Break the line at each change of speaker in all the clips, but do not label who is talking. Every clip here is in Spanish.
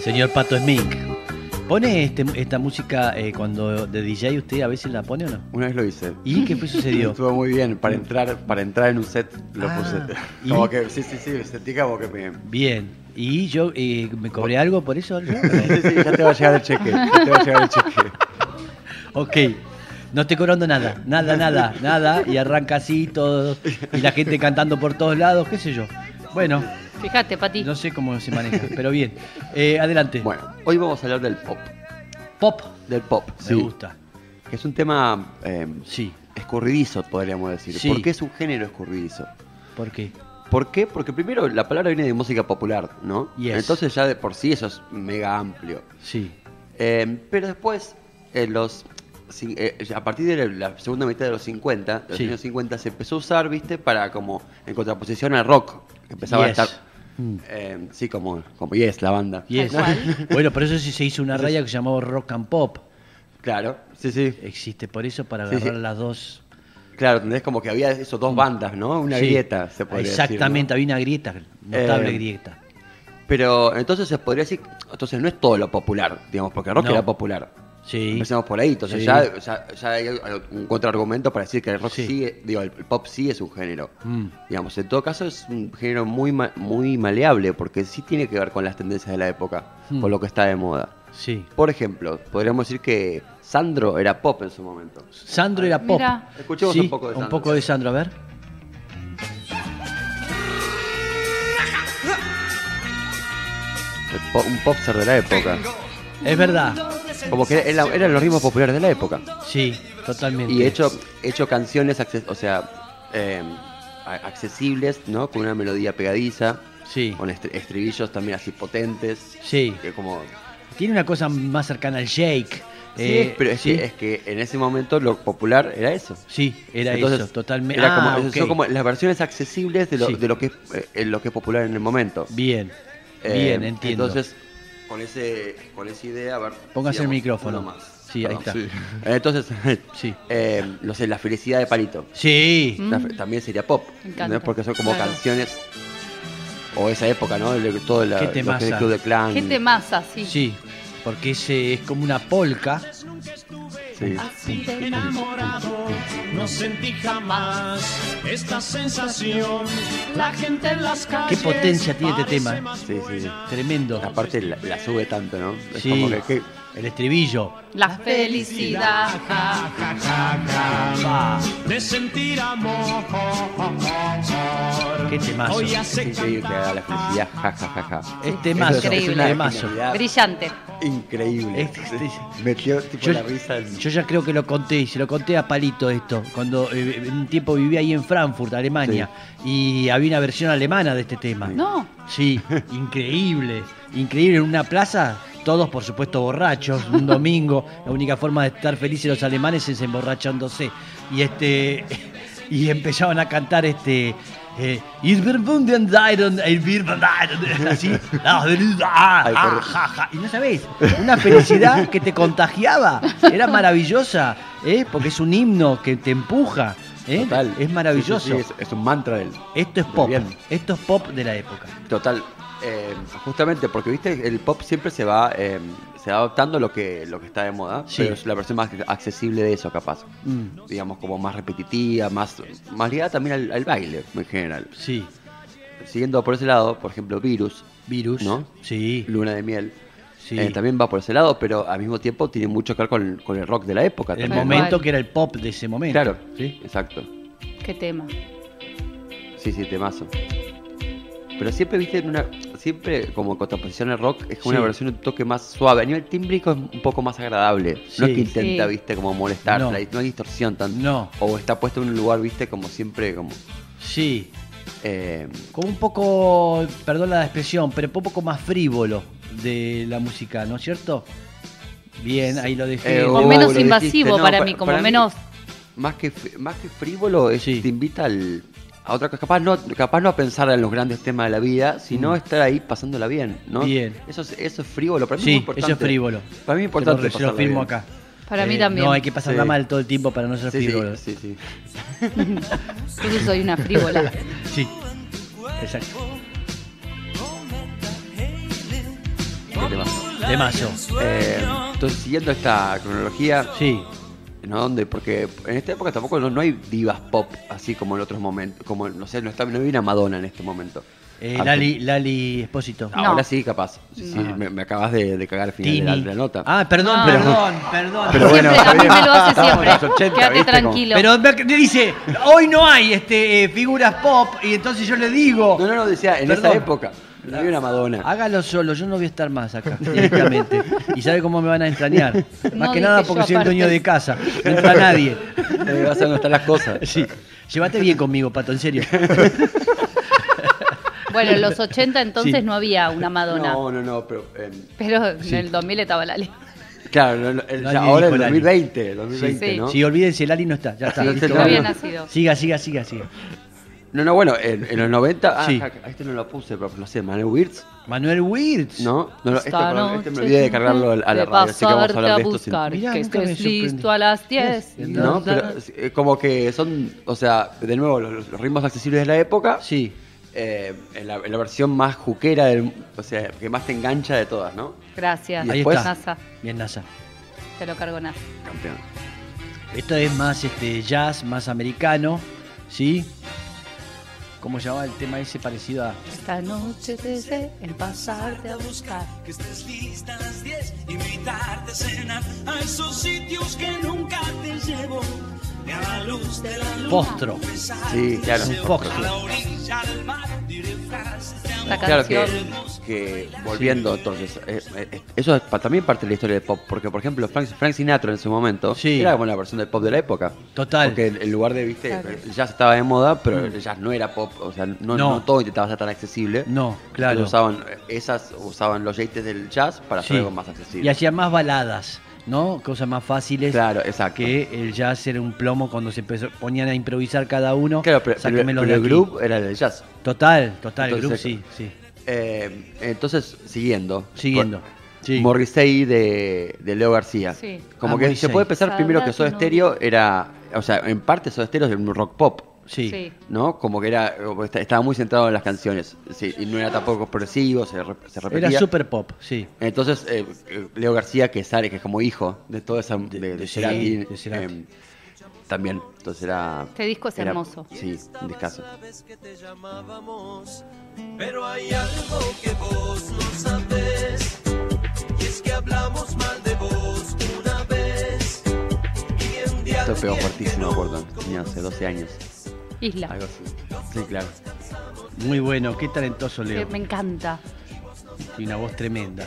señor Pato Smink. ¿Pone este- esta música eh, cuando de DJ usted a veces la pone o no?
Una vez lo hice.
¿Y qué fue sucedió?
Estuvo muy bien. Para entrar, para entrar en un set, lo
Mm. Ah, ¿y?
puse. Como que, sí, sí, sí, sentí como que me.
Bien. ¿Y yo eh, me cobré algo por eso? ahora
Sí,
yo?
sí, ya te va a llegar el cheque. Ya te va a llegar el cheque.
ok. No estoy cobrando nada, nada, nada, nada. Y arranca así todo. Y la gente cantando por todos lados, qué sé yo. Bueno,
Fíjate, Pati.
no sé cómo se maneja, pero bien. Eh, adelante.
Bueno, hoy vamos a hablar del pop.
Pop.
Del pop, sí.
Me gusta.
Es un tema eh,
Sí.
escurridizo, podríamos decir.
Sí.
¿Por qué es un género escurridizo?
¿Por qué?
¿Por qué? Porque primero la palabra viene de música popular, ¿no?
Yes.
Entonces ya de por sí eso es mega amplio.
Sí.
Eh, pero después, en los, ci- eh, a partir de la segunda mitad de los 50, de los
Sí.
años 50, se empezó a usar, ¿viste? Para como, en contraposición al rock. Empezaba
Yes. Mm.
a estar... eh, sí, como, como Yes, la banda.
Yes. Bueno, por eso sí se hizo una raya que se llamaba Rock and Pop.
Claro, sí, sí.
Existe por eso para
Sí, sí.
agarrar las dos.
Claro, entendés como que había esos dos bandas, ¿no? Una
Mm. Sí.
grieta, se podría decir, ¿no?
Exactamente, había una grieta, notable
Eh,
grieta.
Pero entonces se podría decir, entonces no es todo lo popular, digamos, porque el rock
No.
era popular.
Sí.
Empecemos por ahí, entonces
Sí.
ya, ya- ya hay un contraargumento para decir que el rock
Sí.
sí, es- digo, el pop sí es un género.
Mm.
Digamos, en todo caso es un género muy, ma- muy maleable, porque sí tiene que ver con las tendencias de la época,
Mm.
con lo que está de moda.
Sí.
Por ejemplo, podríamos decir que Sandro era pop en su momento.
Sandro era pop.
Mira.
Escuchemos
Sí,
un poco de Sandro.
de Sandro, a ver.
El po- un popster de la época.
Es verdad.
Como que era- eran los ritmos populares de la época.
Sí, totalmente.
Y hecho, hecho canciones, acces- o sea, eh, a- accesibles, ¿no? Con una melodía pegadiza,
Sí.
con estri- estribillos también así potentes.
Sí.
Que como...
Tiene una cosa más cercana al shake.
Sí,
Eh,
pero es,
sí.
Que, es que en ese momento lo popular era eso.
Sí, era
Entonces,
eso, totalmente.
era como-
Ah,
son
ok.
como las versiones accesibles de lo,
Sí.
de lo que es, eh, eh, lo que es popular en el momento.
Bien,
Eh,
bien, entiendo.
Entonces, con ese, con esa idea, a ver.
Póngase el
sigamos,
micrófono.
uno más.
Sí, ahí está.
Perdón. Eh, Entonces,
Sí.
eh, no sé, la felicidad de Palito.
Sí,
La fe- También sería pop.
Me encanta.
¿no? Porque son como
Claro.
canciones. O esa época, ¿no? El- todo la,
Qué
lo que es
temaza.
el Club de Clan.
Gente masa, sí.
sí. Porque ese es como una polca.
Sí.
Así de enamorado no sentí jamás esta sensación. La gente en las calles.
potencia tiene este
parece
tema, eh.
más
Sí, sí, sí.
Tremendo.
Aparte la, la sube tanto, ¿no? Es
Sí.
como que, que-
El estribillo.
La felicidad. ja.
Ja, ja, ja, de sentir amor.
Qué temazo.
Hoy hace
es increíble que haga la
cantar
felicidad. Ja, ja, ja, ja.
Es temazo,
Eso
Increíble.
es un temazo.
genialidad
Brillante.
Increíble.
Es- es-
Metió tipo
Yo,
la risa en...
yo ya creo que lo conté, y se lo conté a Palito esto, cuando eh, en un tiempo viví ahí en Frankfurt, Alemania, y había una versión alemana de este tema.
No.
Sí, increíble, increíble, en una plaza, todos por supuesto borrachos, un domingo, la única forma de estar felices los alemanes es emborrachándose. Y este y empezaban a cantar este eh, "Ich bin bunden sein, ich bin bunden", así, "Ah, ah,
Ay,
ah,
perdón.
ja, ja". y no sabés, una felicidad que te contagiaba, era maravillosa, ¿eh? porque es un himno que te empuja, ¿eh?
Total.
es maravilloso. Eh.
Sí, sí, sí, es, es un mantra del...
Esto es
Muy
pop,
bien.
esto es pop de la época.
Total. eh, justamente porque viste el pop siempre se va eh, se va adaptando lo que lo que está de moda
Sí.
pero es la versión más accesible de eso capaz
Mm.
digamos como más repetitiva más más ligada también al, al baile en general
Sí.
siguiendo por ese lado por ejemplo virus
Virus.
¿No?
Sí.
luna de miel
sí.
eh, también va por ese lado pero al mismo tiempo tiene mucho que ver con, con el rock de la época
El
también, ¿no?
momento que era el pop de ese momento.
claro
Sí.
exacto
Qué tema.
Sí, sí, temazo. Pero siempre, viste, en una, siempre como contraposición al rock, es como
Sí.
una versión un toque más suave. A nivel tímbrico es un poco más agradable. No
Sí.
es que intenta,
Sí.
viste, como molestar,
No.
no. hay distorsión tan.
No.
O está puesto en un lugar, viste, como siempre, como.
Sí.
eh,
Como un poco, perdón la expresión, pero un poco más frívolo de la música, ¿no es cierto? Bien, ahí lo dejé.
eh,
Como
vos
Bueno,
menos
lo dijiste,
invasivo para
pa-
mí, como menos-
Más que, fr- más que frívolo, es-
Sí.
te invita al, a otra cosa. Capaz no, capaz no a pensar en los grandes temas de la vida, sino estar ahí pasándola bien, ¿no?
Mm. Bien.
Eso es, eso es frívolo, para mí es muy
sí,
importante.
eso es frívolo.
Para mí es importante.
Se lo- se lo,
pasarla
firmo
bien.
acá.
Para
Eh,
mí también.
No, hay que pasarla
Sí.
mal todo el tiempo para no ser
Sí,
frívolo. Sí,
sí, sí, sí.
Yo que soy una frívola.
exacto.
¿Qué te pasa?
Temazo.
Eh, entonces, siguiendo esta cronología,
Sí.
¿no? Donde, porque en esta época tampoco no, no hay divas pop así como en otros momentos. Como, no sé, no, está, no hay una Madonna en este momento.
Eh,
Antes-
Lali, Lali Espósito.
No.
Ahora sí, capaz. Sí, sí, me, me acabas de, de cagar al final de la,
Tini.
de la nota.
Ah, perdón,
Ah.
perdón, perdón.
Pero bueno,
siempre, a mí
está
me
bien.
lo hace
Estamos en los
siempre.
80,
Quédate
¿viste?
tranquilo.
Pero me me dice, hoy no hay este, eh, figuras pop, y entonces yo le digo,
No, no, no, decía, en
Perdón. Ah.
esa época no había una Madonna.
hágalo solo, yo no voy a estar más acá directamente. y sabe cómo me van a extrañar. Más
No,
que nada
dije
porque
yo,
soy el dueño
aparte.
de casa, no entra nadie.
Eh, vas a no estar las cosas.
Sí, llévate bien conmigo, Pato, en serio.
Bueno, en los 80 entonces
Sí.
no había una Madonna.
No, no, no, pero. eh,
Pero
Sí.
en el 2000 estaba Lali.
claro, no, no, el-
Nadie
ya, ahora
dijo
en
Lali.
2020, 2020,
Sí.
¿no?
Sí, olvídense, Lali no está, ya está.
Sí,
listo,
no
No había
vamos.
nacido.
Siga, siga, siga, siga.
No, no, bueno, en, en los 90. Ah,
Sí.
ja, a este no lo puse, pero no sé, Manuel Wirtz.
Manuel Wirtz.
No, no, no, este,
Esta
perdón, este me
noche
olvidé de cargarlo a la- a la
de
radio, así que vamos a
pasarte
hablar de esto. sin-
buscar,
Mirá,
que
nunca me
estés
sorprendí.
listo a las 10.
Yes.
No, pero eh, como que son, o sea, de nuevo, los, los ritmos accesibles de la época,
Sí.
eh, en, la, en la versión más juquera, del, o sea, que más te engancha de todas, ¿no?
Gracias.
Y
Ahí
después-
está.
NASA.
Bien, NASA.
Te lo cargo NASA.
Campeón.
Esto es más este, jazz, más americano, ¿sí? ¿Cómo llamaba el tema ese parecido a...?
Esta noche desde el pasarte a buscar.
que estés lista a las 10, invitarte a cenar a esos sitios que nunca te llevo, ni a la luz de la luna.
Fostro.
Sí, claro.
Un
A
foxtrot.
la orilla del mar diré frases de amor.
La
Claro que,
canción.
que volviendo entonces, eh, eh, eso es pa- también parte de la historia del pop, porque por ejemplo Frank, Frank Sinatra en su momento
Sí.
era como la versión del pop de la época.
Total. Mm.
Porque en en lugar de, viste,
Claro.
el jazz estaba de moda, pero el jazz no era pop, o sea, no,
No.
no todo intentaba ser tan accesible.
No, claro.
Entonces usaban esas, usaban los yates del jazz para hacer
Sí.
algo más
Y
accesible.
hacía más baladas, ¿no? Cosas más fáciles
Claro, exacto.
que el jazz era un plomo cuando se empezó, ponían a improvisar cada uno.
Claro, pero, pero-
Sáquenmelo
pero
de
el
aquí.
grupo era el del jazz.
Total, total, el grupo
Entonces,
sí, sí.
Eh, entonces, siguiendo.
Siguiendo.
Por-
Sí.
Morrissey de, de Leo García.
Sí.
Como
Ah,
que
Morrissey.
se puede pensar primero que Soda
Sabrás que no-
Stereo era. O sea, en parte Soda Stereo es un rock pop.
Sí.
Sí.
¿No? Como que era. est- Estaba muy centrado en las canciones. Sí, y no era tampoco progresivo, se, re- se repetía.
Era super pop, sí.
Entonces, eh, eh, Leo García, que sale, que es como hijo de toda esa. de, de
de
Cerati,
Cerati, de Cerati.
eh, también. Entonces era.
Este disco es
era-
hermoso.
Sí, un discazo.
Sabes que te llamábamos, pero hay algo que vos no sabes. Y es que hablamos mal de vos una vez. Y en día
Esto pegó
de
fuertísimo, Gordon. Tenía hace 12 años.
Isla.
Algo así. Sí, claro.
Muy bueno, qué talentoso
Que
Leo.
me encanta.
Tiene una voz tremenda.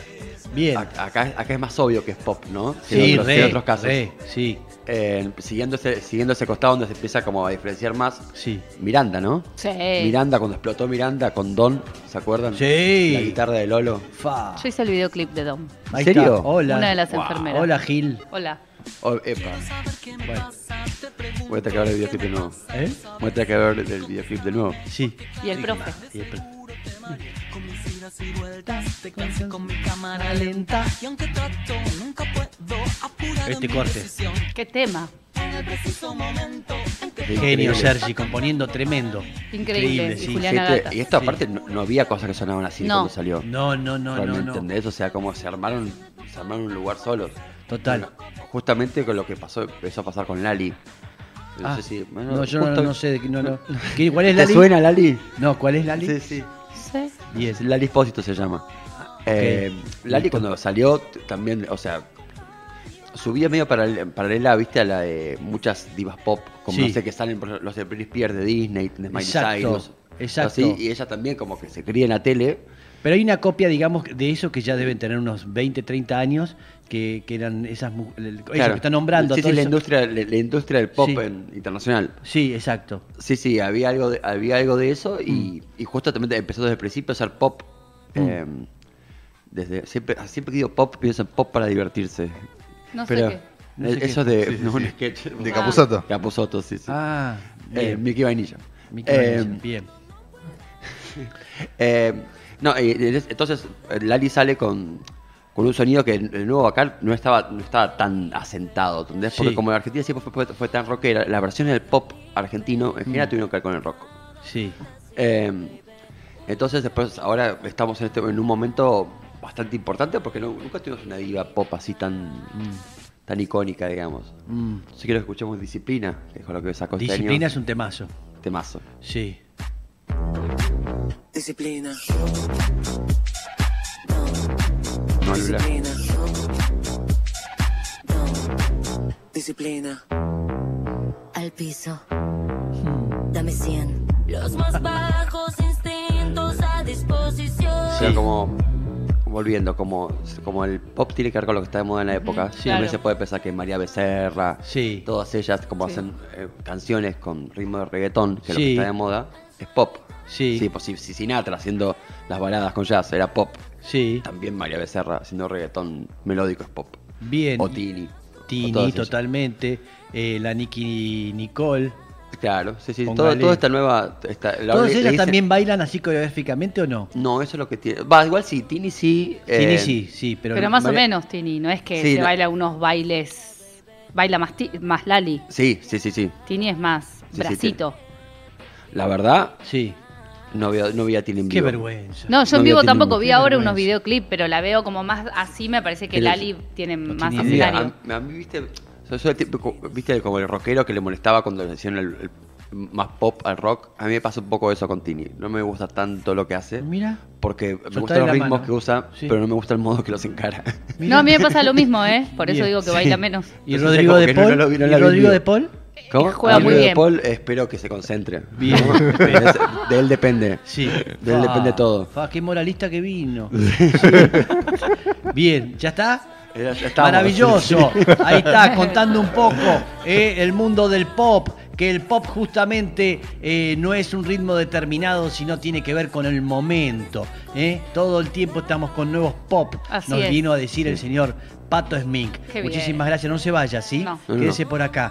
Bien.
Ac- Acá, acá es más obvio que es pop, ¿no? Que Ah, en
Sí,
otros, que en
re,
otros casos.
re, sí,
Eh, siguiendo, ese, siguiendo ese costado donde se empieza como a diferenciar más.
sí.
Miranda, ¿no?
Sí.
Miranda, cuando explotó Miranda con Don, ¿se acuerdan?
Sí.
La guitarra de Lolo.
Fa.
Yo hice el videoclip de Dom.
Ahí
¿En serio?
está. Hola.
Una de las
Wow.
enfermeras.
Hola Gil.
Hola.
Oh, epa.
Bueno,
Voy a tener que ver el videoclip de nuevo.
¿eh?
Voy a tener que ver el videoclip de nuevo.
Sí.
Y el profe.
Y el profe.
Con mis idas y vueltas, te canso con mi cámara lenta. Y aunque trato, nunca puedo apurar
Este
mi
corte.
decisión.
Qué tema.
En el preciso momento en que
Genio
Increíble.
Sergi, componiendo tremendo.
Increíble, y
sí.
Julián- Juliana
Sí, este-
Gata.
y esto
Sí.
aparte no, no había cosas que sonaban así
No.
cuando salió.
No, no, no, no,
Realmente,
no.
¿entendés? O sea, como se armaron, se armaron un lugar solo.
Total.
Bueno, justamente con lo que pasó, empezó a pasar con Lali. No
Ah,
sé si. bueno,
no, yo no-
justo-
no, sé de qué. No, no. ¿Qué- ¿Cuál es
¿Te
Lali?
suena Lali?
No, ¿cuál es Lali?
Sí, sí.
Sí.
Bien.
Es Lali Espósito se llama. Eh, Lali
Ah, Listo.
cuando salió t- también, o sea, subía medio paral- paralela, viste, a la de muchas divas pop, como
Sí.
no sé que salen por ejemplo, los de Britney Spears de Disney, de Miley
Exacto,
Cyrus.
exacto.
Así, y ella también como que se cría en la tele.
Pero hay una copia, digamos, de eso que ya deben tener unos 20, 30 años, que, que eran esas mu- el- eso
Claro.
que están nombrando.
Sí,
todo
sí, la
eso.
industria, la, la industria del pop
Sí.
en- internacional.
Sí, exacto.
Sí, sí, había algo de, había algo de eso
Mm.
y, y justamente empezó desde el principio a ser pop. eh, desde siempre, siempre que digo pop, pienso en pop para divertirse.
No sé
Pero eh,
qué. Ah.
No sé
eso
qué.
de
Sí, sí,
no, un
sí.
sketch.
De Capusotto.
Capusotto, sí, sí.
Ah,
Eh,
bien.
Mickey Vainilla.
Mickey
Eh,
Mansion, bien.
eh, no, eh, eh, entonces eh, Lali sale con, con un sonido que de nuevo acá no estaba, no estaba tan asentado. ¿entendés? Porque
Sí.
como en Argentina siempre fue, fue- fue tan rockera, las versiones del pop argentino en
Mm.
general tuvieron que ver con el rock.
Sí.
Em, Eh, entonces después, ahora estamos en, este- en un momento bastante importante porque no- nunca tuvimos una diva pop así tan, tan icónica, digamos.
Mm.
Yo quiero que escuchemos Disciplina, que es con lo que sacó este
Disciplina
año.
es un temazo.
Temazo.
Sí.
Disciplina.
No, Lula.
Disciplina. Disciplina.
al piso. Dame 100. Los más bajos instintos a disposición.
O sea, como volviendo, como, como el pop tiene que ver con lo que está de moda en la época,
sí.
también
Claro.
se puede pensar que María Becerra,
Sí.
todas ellas como
Sí.
hacen eh, canciones con ritmo de reggaetón, que es lo
Sí.
que está de moda, es pop.
Sí.
pues si, si Sinatra haciendo las baladas con jazz era pop,
Sí.
también María Becerra haciendo reggaetón melódico es pop.
Bien.
O Tini. o todas
Tini,
ellas.
totalmente. Eh, la Nicki Nicole.
Claro, sí, sí.
Póngale.
Todo, toda esta nueva... esta- la-
¿Todas
le- le
ellas
dicen-
también bailan así coreográficamente o no?
No, eso es lo que tiene... Va, igual sí, Tini sí.
Tini
eh,
sí, sí, pero.
Pero más
María-
o menos, Tini, no es que
Sí,
se
no.
baila unos bailes. Baila más, ti- más Lali.
Sí, sí, sí, sí.
Tini es más
sí,
bracito.
La verdad,
Sí.
No vi, a- no vi a Tilly en
Qué
vivo.
vergüenza.
No, yo
No
en
veo
vivo
Tini
tampoco
nunca.
vi
Qué
ahora
vergüenza.
unos videoclips, pero la veo como más así. Me parece que
Él es-
Lali tiene
No
más
tiene
Mira,
idea.
escenario.
a, a mí, viste, soy, soy el típico- viste como el rockero que le molestaba cuando le hacían el, el más pop al rock. A mí me pasa un poco eso con Tini. No me gusta tanto lo que hace.
Mira.
Porque me
Soltá
gustan
de
los
la
ritmos
mano.
que usa,
Sí.
pero no me gusta el modo que los encara.
mira.
No, a mí me pasa lo mismo, ¿eh? Por eso
Bien,
digo que
sí.
baila menos.
¿Y
Entonces,
Rodrigo
como
de
que no
Paul?
lo vi- no
¿Y
la vi en
Rodrigo
vivo.
de Paul?
¿Cómo?
juega
Rodrigo
muy
de
bien.
Paul, espero que se concentre.
Bien.
¿no? Es- de él depende.
Sí.
De
Fa,
él depende todo.
Fa, qué moralista que vino. Sí. Bien, ¿ya está?
Eh, ya estamos.
Maravilloso. Ahí está, contando un poco eh, el mundo del pop. Que el pop justamente eh, no es un ritmo determinado, sino tiene que ver con el momento. ¿eh? Todo el tiempo estamos con nuevos pop.
Así
Nos
es.
vino a decir el señor Pato Smink.
Qué bien.
Muchísimas gracias. No se vaya, ¿sí?
No.
No, no,
Quédese
no.
por acá.